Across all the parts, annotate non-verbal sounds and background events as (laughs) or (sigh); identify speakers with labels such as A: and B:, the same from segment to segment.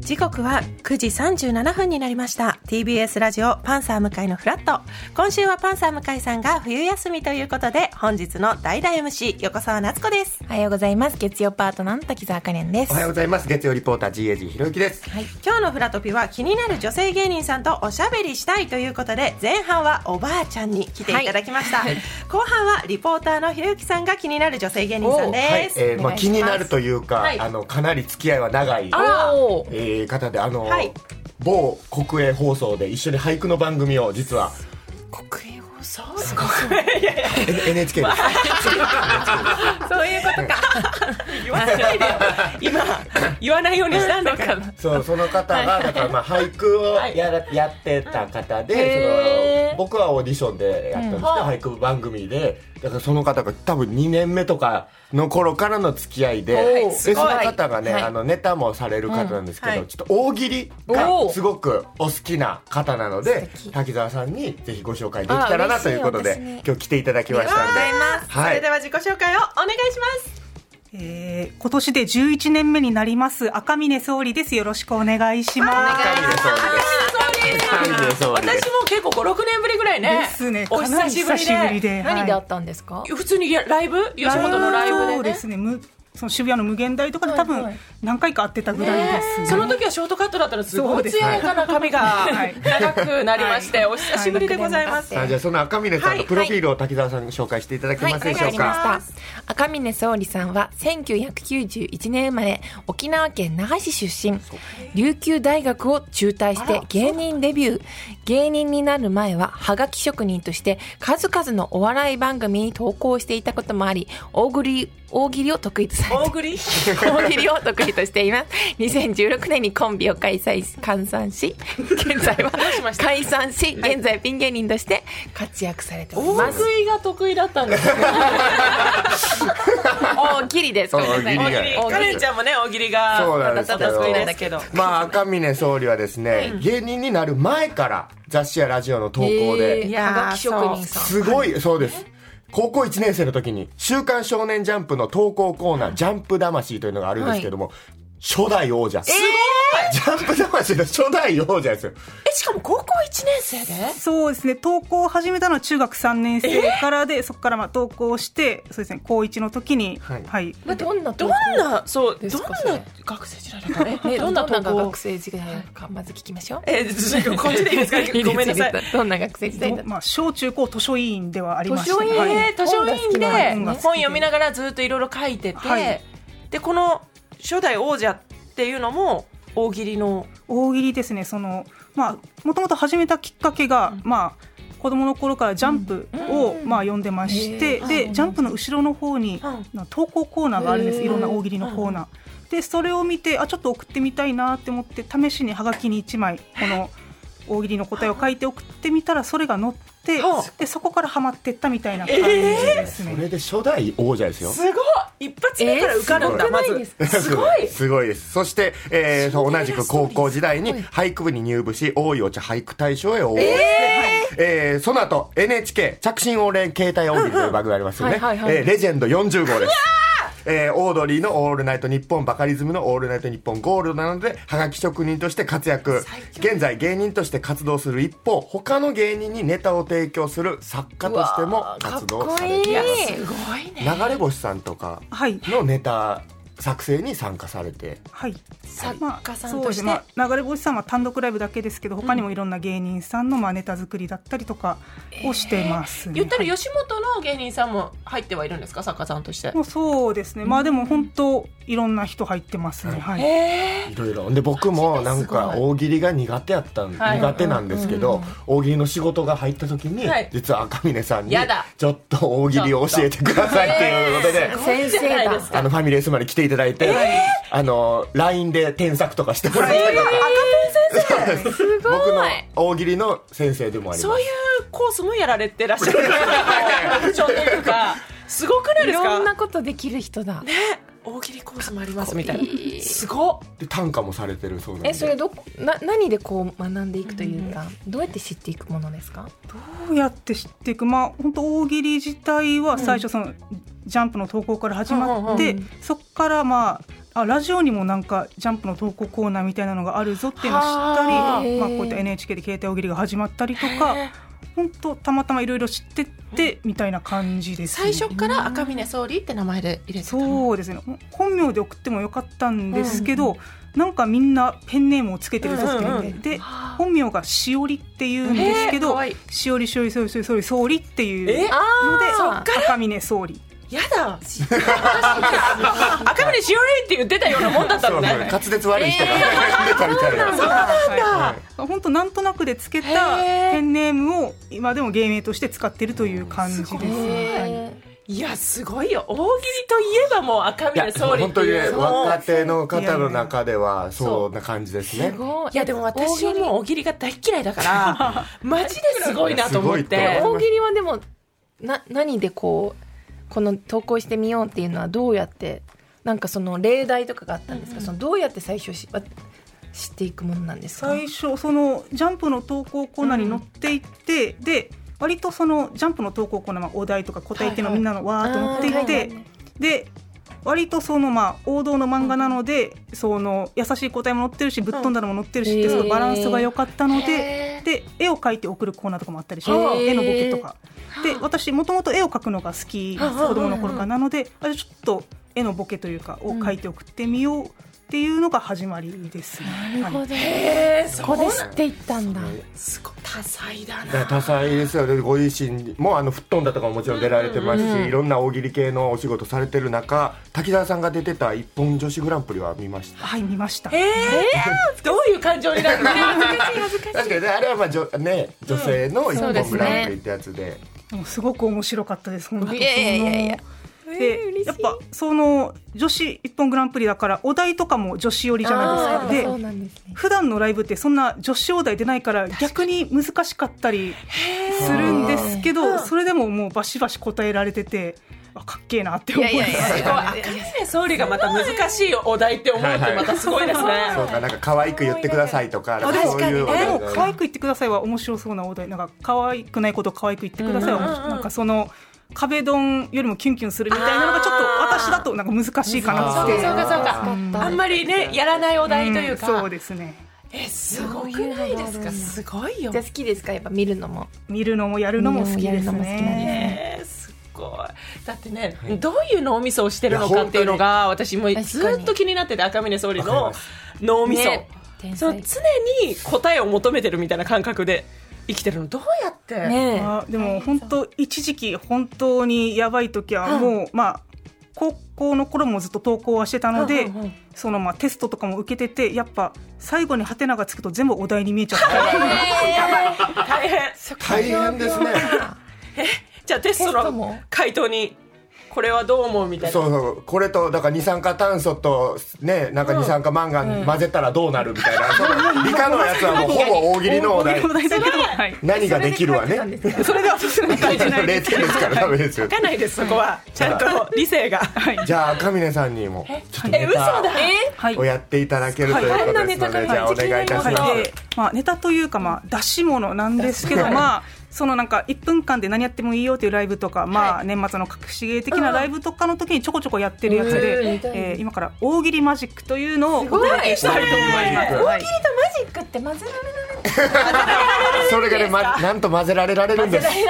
A: 時刻は9時37分になりました TBS ラジオパンサー向井のフラット今週はパンサー向井さんが冬休みということで本日の代打 MC 横澤夏子です
B: おはようございます月曜パートナーの滝沢カレンです
C: おはようございます月曜リポーター GAG ひろゆきです
A: はい、今日のフラトピは気になる女性芸人さんとおしゃべりしたいということで前半はおばあちゃんに来ていただきました、後半はリポーターのひろゆきさんが気になる女性芸人さんです、
C: えーま
B: お願
C: あ
B: いし
C: 気
B: ます
C: になるというか、
A: はい
C: あのかなり付き合いは長い、
A: あ
B: おー
C: えー方であの、
A: はい
C: 某国営放送で一緒に俳句の番組を
A: (laughs)
C: 実は
B: 国営放送
C: N- NHK です
B: そういうことか
A: (laughs) 言わないでよ今言わないようにしたんだから
C: そうその方がだからまあ俳句をやらやってた方で
B: へー
C: その僕はオーディションでやったんですけど俳句番組でだからその方が多分2年目とかの頃からの付き合いで
B: お
C: で
B: ー
C: そ
B: す
C: の
B: ごい
C: 方がね
B: はい
C: あのネタもされる方なんです
A: う
C: け
A: んは
C: ど
A: い
C: ちょっと大喜利
B: お
C: が
B: ー
C: すごくお好きな方なので
B: 素敵
C: 滝沢さんにぜひご紹介できたらな
B: あー嬉しい
C: ということ
B: 私
C: で
B: ね
C: 今日来ていただきまし
A: あ
C: たん
A: りがとう
C: で
A: ございます、
C: はい
A: それでは自己紹介をお願いします
D: えー今年で11年目になります赤峰総理ですよろしくお願いしま
C: 神の総理です神の総理で
A: 私
C: す
A: も結構56年ぶりぐらいね
D: ですね
A: お
D: かな
A: 久
D: り
A: しぶ
D: 久
A: り
D: しぶり
A: で
D: で
B: 何であ
D: はい
B: ったんですか
A: 普通にライブ吉本のライブでね
D: そうですねむその渋谷の無限大とかで
B: はい
D: 多
B: は
D: 分
B: い
D: 何回か会ってたぐらいですね
A: その時はショートカットだったらすご
D: そ
A: いう
D: です
A: 艶やかな髪が
D: い
A: 長くなりまして、お久しぶりでございます。
C: さあじゃあその赤峰さん
A: は
C: の
A: い
C: プロフィールを滝沢さんに紹介していただけ
B: はい、
C: ま
B: わ
C: すでし
B: か
C: ょう
B: り
C: か、
B: ました。赤峰総理さんは1991年生まれ、沖縄県那覇市出身、琉球大学を中退して芸人デビュー。芸人になる前は、はがき職人として数々のお笑い番組に投稿していたこともあり、大喜利、大喜利を得意とされて
A: 大栗
B: (laughs) 大喜利を得意としています。2016年にコンビを開催し、換算し、現在は
A: しました
B: 解散し、現在ピン芸人として活躍されておりま
A: 大
B: す。
A: 食いが得意だったんですよ。
B: (laughs) 大喜利です。ごめんなさい
C: 大喜利
A: 大喜利カレンちゃんもね、大喜利が
C: そうなんです
A: た
C: け
A: だ
C: ど
A: 得意ですけど。
C: まあ赤峰総理はですね、芸人になる前から雑誌やラジオの投稿
B: えー
C: で、
A: いやー
B: はがき職人さん。
C: すごい、そうです。高校1年生の時に「週刊少年ジャンプ」の投稿コーナー「ジャンプ魂」というのがあるんですけども、初代王者すごいジャンプ魂の初代王者ですよ
A: え、しかも高校一年生で
D: そうですね投稿を始めたのは中学3年生からでそこからまあ投稿してそうですね高1の時に
C: はい
D: はい
B: まあどんな
A: どん
B: 投稿
A: な、そう、ど
B: で
A: ん
B: すか
A: な学生時代だったね。
B: ね
A: ど
B: ど
A: ん
B: ん
A: な
B: な
A: 投稿
B: 学生時代かまず聞きましょう。
A: え、ちょっとこっちでいいです
B: (laughs)
A: かごめんなさい。
B: どんな学生時代だった？
D: まあ小中高図書委員ではありま
B: 図
D: し
B: 書
D: た
B: 委
D: ね
B: 員
D: はい
A: えー図書委員で
D: 本が好きな
A: 本読みながらずっといろいろ書いてて、
D: はい
A: で、この初代王者っていうのも大喜利の。
D: 大喜利ですねそのまあもともと始めたきっかけが、まあ子供の頃からジャンプを、
B: うん
D: まあ読んでまして、
B: へー
D: で、
B: うん
D: ジャンプの後ろの方に、
A: う
D: な投稿コーナーがあるんです、
B: へー
D: いろんな大喜利のコーナー、でそれを見てあちょっと送ってみたいなって思って試しにはがきに1枚この大喜利の答えを書いて送ってみたらそれが載って、
A: はあ
D: でそこからハマってったみたいな感じですね、
C: それで初代王者ですよ
A: すごい一発目から受かるんだ、
B: えーすごく
A: ま
B: ない
A: ず
B: です
A: すごい
C: すごいですそして、えーそう同じく高校時代に
B: すごい
C: 俳句部に入部し多いお茶俳句大賞へ応募して、えーその後 NHK 着信応連携帯大喜利という番組がありますよね、
B: うんうんはいはいはい
C: えーレジェンド40号ですえーオードリーの「オールナイトニッポン」バカリズムの「オールナイトニッポン」ゴールドなのではがき職人として活躍現在芸人として活動する一方他の芸人にネタを提供する作家としても活動されています
B: いすごいね。
C: 流れ星さんとか
D: はい
C: のネタ作成に参加されて
D: はい
B: 作
D: ま
B: 家
D: あ、
B: さん
D: そう
B: と
D: で
B: し
D: す
B: て、
D: ね、まあ、流れ星さんは単独ライブだけですけど他にもいろんな芸人さんのまあネタ作りだったりとかをしてますね、
A: 言ったら
D: はい
A: 吉本の芸人さんも入ってはいるんですか作家さんとして
D: もうそうですねまあでも本当いろんな人入ってますねはい、
A: え
C: いろいろで僕もなんか大喜利が苦手やったん、
A: はい
C: 苦手なんですけど、大喜利の仕事が入った時に、
A: はい
C: 実は赤嶺さんに
A: やだ
C: ちょっと大喜利を教えてくださいっていうことで。
B: 先生だ。
C: あのファミレスまで来ていただいて、あの LINE で添削とかしてもらったりとか、
B: すごい。
C: (laughs) 僕の大喜利の先生でもあります
A: そういうコースもやられてら (laughs) っしゃるオプションというかすごくない
B: い
A: です
B: ろん
A: か
B: なことできる人だ。
A: 大喜利コースもありますみたいなすごっ
C: で短歌もされてるそうなんで
B: え、それどこな何でこう学んでいくというか、どうやって知っていくものですか？
D: どうやって知っていくまあ本当大喜利自体は最初その、ジャンプの投稿から始まって、
B: うんうんうん
D: そこからまああラジオにもなんかジャンプの投稿コーナーみたいなのがあるぞっていうのを知った
B: は
D: り、
B: ー
D: まあ、こういった NHK で携帯大喜利が始まったりとか本当たまたまいろいろ知ってってみたいな感じです、
A: 最初から赤峰総理って名前で入れてたの
D: そうですね本名で送ってもよかったんですけど、なんかみんなペンネームをつけてるぞっていうので,、
A: うんうん
D: で本名がしおりっていうんですけ
A: へーか
D: ど
A: わいい
D: しおりしおりしおりしおり総理っていうの
A: え
D: で
B: そっ
D: 赤峰総理
A: やだ私赤峰しおりって言ってたようなもんだった
C: そ
A: の
C: う
A: ね
C: そう滑舌悪い人が (laughs) 出たみたいな
D: そうなんだ、
C: は
D: 本当なんとなくでつけた
A: へー
D: ペンネームを今でも芸名として使ってるという感じです
A: ごい
D: はい
A: いやすごいよ大喜利といえばもう赤
C: いや
A: 峰総理っ
C: 本
A: て
C: 当に
A: い
C: ね
A: う
C: 若手の方の中ではそうな感じですね
B: ご
A: いやでも私はもう大喜利が大嫌いだからマジですごいなと思っ
C: すごい
A: て
C: と
B: 大喜利はでもな何でこうこの投稿してみようっていうのはどうやってなんかその例題とかがあったんですか、そのどうやって最初しわ知っていくものなんですか
D: 最初そのジャンプの投稿コーナーに載っていって、で割とそのジャンプの投稿コーナー、まあ、お題とか答えっていうのをみんなのわーっと載っていて、
B: あーはいはい
D: で割とそのまあ王道の漫画なので、その優しい答えも載ってるしぶっ飛んだのも載ってるし、って
B: うん
D: そのバランスが良かったので。
B: へー
D: で絵を描いて送るコーナーとかもあったりして
B: へー
D: 絵のボケとかで私もともと絵を描くのが好き子供の頃からなのであれちょっと絵のボケというかを描いて送ってみようっていうのが始まりですね。
B: なる
D: は
B: ほ
D: い
B: ど
A: えー、そ
B: そこで
A: う
B: 知っていったんだ
A: すごい多彩だ
C: だから
A: な
C: 多彩ですよねご自身もあの吹っ飛んだとかももちろん出られてますし、いろんな大喜利系のお仕事されてる中滝沢さんが出てた「一本女子グランプリ」は見ました
D: はい見ました
A: えー、どういう感情になるの
C: 確かにねあれはまあ女,、ね、女性の「一
B: そう
C: 本
B: です
C: グ
B: ね
C: ランプリ」ってやつで,、
D: もうすごく面白かったです本当に
B: いやいやいやいや
D: でやっぱその女子一本グランプリだからお題とかも女子寄りじゃ
B: あ
D: ない
B: ー
D: です
B: そ
D: か
B: う
D: で
B: なんですね
D: 普段のライブってそんな女子お題出ないから逆に難しかったりするんですけどそれでももうバシバシ答えられててあかっけえなって思いま
B: いやいやいや
D: した
B: いや
A: 赤峰総理がまた難しいお題って思うってまたすごいですね、
C: そうかなんか可愛く言ってくださいとかなんかそういう
D: あでも
C: お題が
D: 可愛く言ってくださいは面白そうなお題なんか可愛くないことを可愛く言ってくださいは面白いなんかその壁ドンよりもキュンキュンするみたいなのがちょっと私だとなんか難しいかな
A: そ
D: っ
A: う
D: て
A: かそうかそうかあんまりねやらないお題というか、
D: そうですね
A: えすごくないですかすごいよ
B: じゃあ好きですかやっぱ見るのも
D: 見るのもやるのも好き
B: 見る
D: で
B: の
D: す
B: もやるのも好きなんですね
D: ね。
A: えーすごいだってね、どういう脳みそをしてるの
C: いや
A: かっていうのが私も
B: かに
A: ずっと気になってて赤峰総理
C: わか
A: の
C: ります
A: 脳みそ、
B: ね天
A: その
B: 才
A: 常に答えを求めてるみたいな感覚で生きてるのどうやって、
B: ね
D: あでも本当一時期本当にやばい時はもう、まあ高校の頃もずっと投稿はしてたので、
A: うんうんうん
D: そのまあテストとかも受けててやっぱ最後にハテナがつくと全部お題に見えちゃった
A: 大変
C: 大変ですね
A: じゃあテス
B: テス
A: ト
B: ト
A: の
B: も
A: 回答にこれはどう思うみたいな
C: そうそうこれとだから二酸化炭素とねなんか二酸化マンガン混ぜたらどうなるみたいな、その理科のやつはもうほぼ大喜利のお題
D: (laughs) お題だけど、はい、
C: 何ができるわね
D: それでは進めていけない
C: 0点ですからダメですよ
A: 書かないですそこはちゃんと理性が
C: じゃあ赤峰さんにもちょっと
A: え
C: ネ
A: 嘘だ
C: タ
A: え
D: はい
C: をやっていただけるということですので、じゃあお願いいたします、
D: はいでまあ、ネタというか、まあ、出し物なんですけど、まあ、そのなんか1分間で何やってもいいよというライブとか、まあ、年末の隠し芸的なライブとかの時にちょこちょこやってるやつで、えー今から大喜利マジックというのをお届けしたいと思います。はい
B: マジックって混ぜられない
C: それがね、ま、なんと混ぜられられるんです
D: はい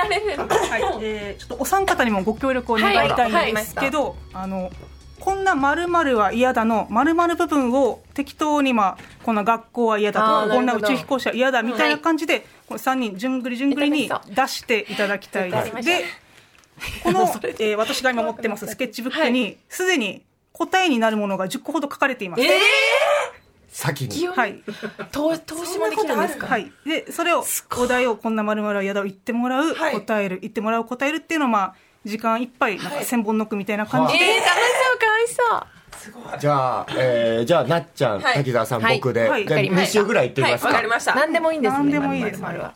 D: えーちょっとお三方にもご協力を願いたいんですけど、あのこんな〇〇は嫌だの〇〇部分を適当にまあこんな学校は嫌だ
B: あーな
D: と
B: る
D: かこ
B: ほ
D: んな
B: ど
D: 宇宙飛行士は嫌だみたいな感じで、この三人じゅんぐりじゅんぐりに
B: いただき
D: 出していただきたいです。
B: はい
D: で
B: (laughs)
D: この、えー私が今持ってますスケッチブックにすでに答えになるものが10個ほど書かれています。
C: 先に
D: はい、
B: 投投資もできるんですか
D: はい、でそれをお題をこんなまるまるやだを言ってもらう、
A: はい
D: 答える言ってもらう答えるっていうのはまあ時間いっぱいなんか千本ノックみたいな感
B: え
D: じ
B: ー
D: で、
B: 楽しそうかわいそう
C: じゃあ、えー、じゃあなっちゃん、
A: はい
C: 滝沢さん、
B: はい
C: 僕で、
D: はい
C: じゃあ
B: わかりま
C: 2
B: した
C: 週ぐらい行ってみますか、
A: わかりました
B: 何でもいいんですね
D: 何でもいいです
B: 〇〇は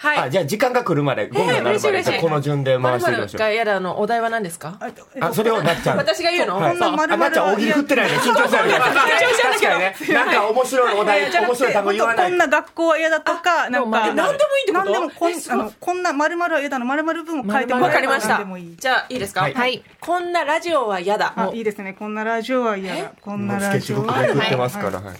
C: はい、じゃあ時間が来るまで5分になるまで、この順で回していきましょう。
A: がやだのお題は何ですか？
C: あそれをなっちゃん。
A: 私が言うの？
C: はい、あなっちゃん大喜利振ってないで緊張しないで。緊張しないで。確かにね。なんか面白いお題面白い単語言わない。
D: こんな学校は嫌だとかなんか何
A: でもいいってこと？
D: 何でもこんあのこんな丸々は嫌だの丸々分を書いても
A: わかりました。じゃあいいですか？はい。こんなラジオは嫌だ。
D: いいですね。こんなラジオは嫌だ。こんなラジオは
C: 嫌だ。ってますから。はい。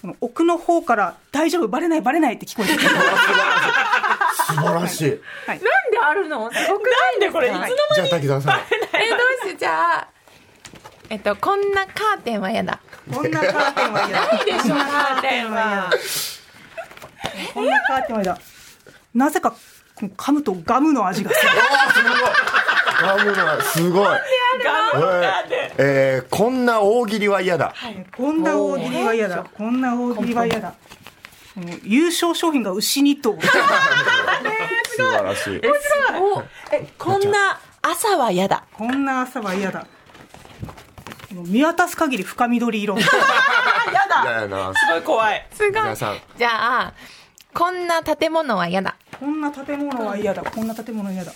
D: その奥の方から大丈夫バレないバレないって聞こえ
C: (laughs)
D: てくる。
C: 素晴らしい。
B: なんであるの？すごくなん
A: でこれいつの間に。
C: じゃあ滝沢さん。
B: えどうしてじゃあえっとこんなカーテンは嫌だ。
D: こんなカーテンは嫌だ。
A: ないでしょカーテンは。
D: こんなカーテンは嫌だ。なぜか噛むとガムの味がする。
C: ガムのすごい。えー、こんな大喜利は嫌だ、
D: はい、こんな大喜利は嫌だこんな大喜利は嫌だ優勝商品が牛2頭
C: 素晴らしい
A: えこんな朝は嫌だ
D: こんな朝は嫌だ見渡す限り深緑色や
A: だ (laughs) すごい怖い
B: すごいじゃあこんな建物は嫌だ
D: こんな建物は嫌だこんな建物は嫌だ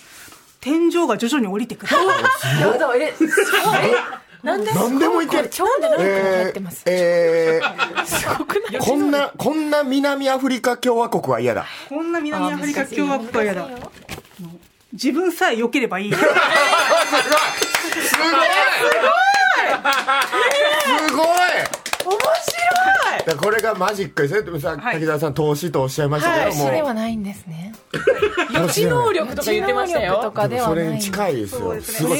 D: 天井が徐々に降りてくる。
A: なんで
C: 何でもいける。
B: 今日で何か
C: えー、こんなこんな南アフリカ共和国は嫌だ。
D: こんな南アフリカ共和国は嫌だ。自分さえ良ければいい。す
C: ごい。すごい。すごい。
A: 面白
C: い。これがマジックですね。でもさ、滝沢さん投資とおっしゃいましたけども。
B: 投資ではないんですね。
A: 予知能力とか言ってましたよ。
B: とかでは
C: それに近いですよ。
B: すごい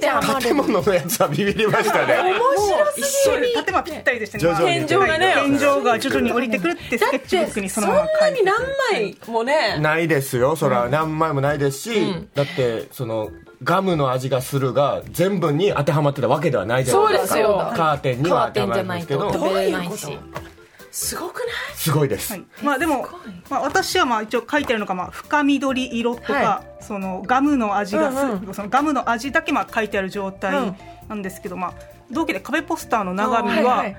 B: じゃ
C: ん。建物のやつはビビりましたね。
A: 面白すぎ
D: る。建物ぴったりでした
A: ね。天井がね、
D: 天井が徐々に降りてくるってスケッチブックにそのまま
A: 書いて。そんなに何枚もね。
C: ないですよ。それは何枚もないですし、だってその。ガムの味がするが全部に当てはまってたわけではないじゃないですかカーテンには当てはまるんですけど
B: どういうこと
A: すごくない
C: すごいです、はい、、
D: まあでも、まあ、私はまあ一応書いてあるのが、まあ、深緑色とか、はい、そのガムの味がす、うんうん、そのガムの味だけまあ書いてある状態なんですけど、うん、まあ同期で壁ポスターの長見は、はいはい、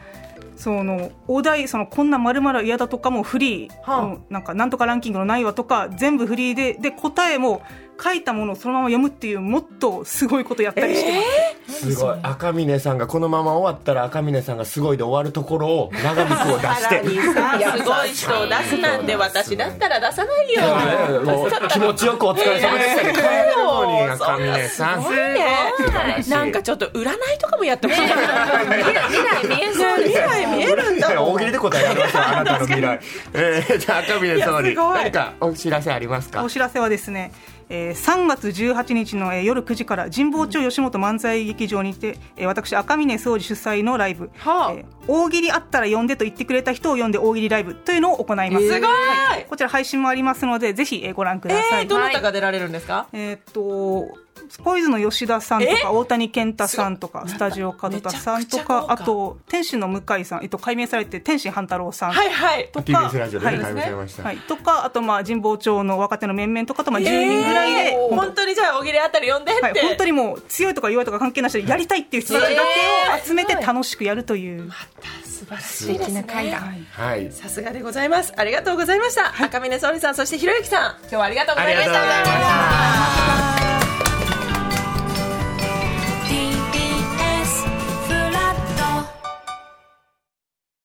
D: そのお題そのこんなまるまる嫌だとかもフリー、はあ、なんかなんとかランキングのないわとか全部フリーでで答えも書いたものをそのまま読むっていうもっとすごいことやったりしてます
C: えー、すごい赤嶺さんがこのまま終わったら赤嶺さんがすごいで終わるところを長引くを出して
A: すごい人を出すなんて私だったら出さないよ
C: 気持ちよくお疲れ様でしたけど、えー、のに赤嶺さん
A: すごいねなんかちょっと占いとかもやってほしい未
B: 来見えそう
A: 未来見えるんだ
C: 大喜利で答えられましたあなたの未来、えー、じゃあ赤嶺さんに何かお知らせありますか
D: お知らせはですねえー、3月18日の、えー、夜9時から神保町吉本漫才劇場にて、えー、私赤嶺総理主催のライブ、はあ、えー、大喜利あったら呼んでと言ってくれた人を呼んで大喜利ライブというのを行います、
A: すごい、はい
D: こちら配信もありますのでぜひ、えー、ご覧ください、えー、
A: どなたが出られるんですか、
D: えっとスポイズの吉田さんとか大谷健太さんとかスタジオ門田さんとかあと天心の向井さん、えっと、解明されて天心半太郎さんとか、
A: はい
C: はい、TBS ラジオで、ねはい、解明
D: はい、とかあとまあ神保町の若手の面々とかとまあ10人ぐらいで、
A: 本当にじゃあ大喜利あたり呼んでって、はい、
D: 本当にもう強いとか弱いとか関係なしでやりたいっていう人たちだけを集めて楽しくやるという、
A: また素晴らしいですね
C: はい
A: さすがでございますありがとうございました、赤嶺総理さんそしてひろゆきさん今日はありがとうございました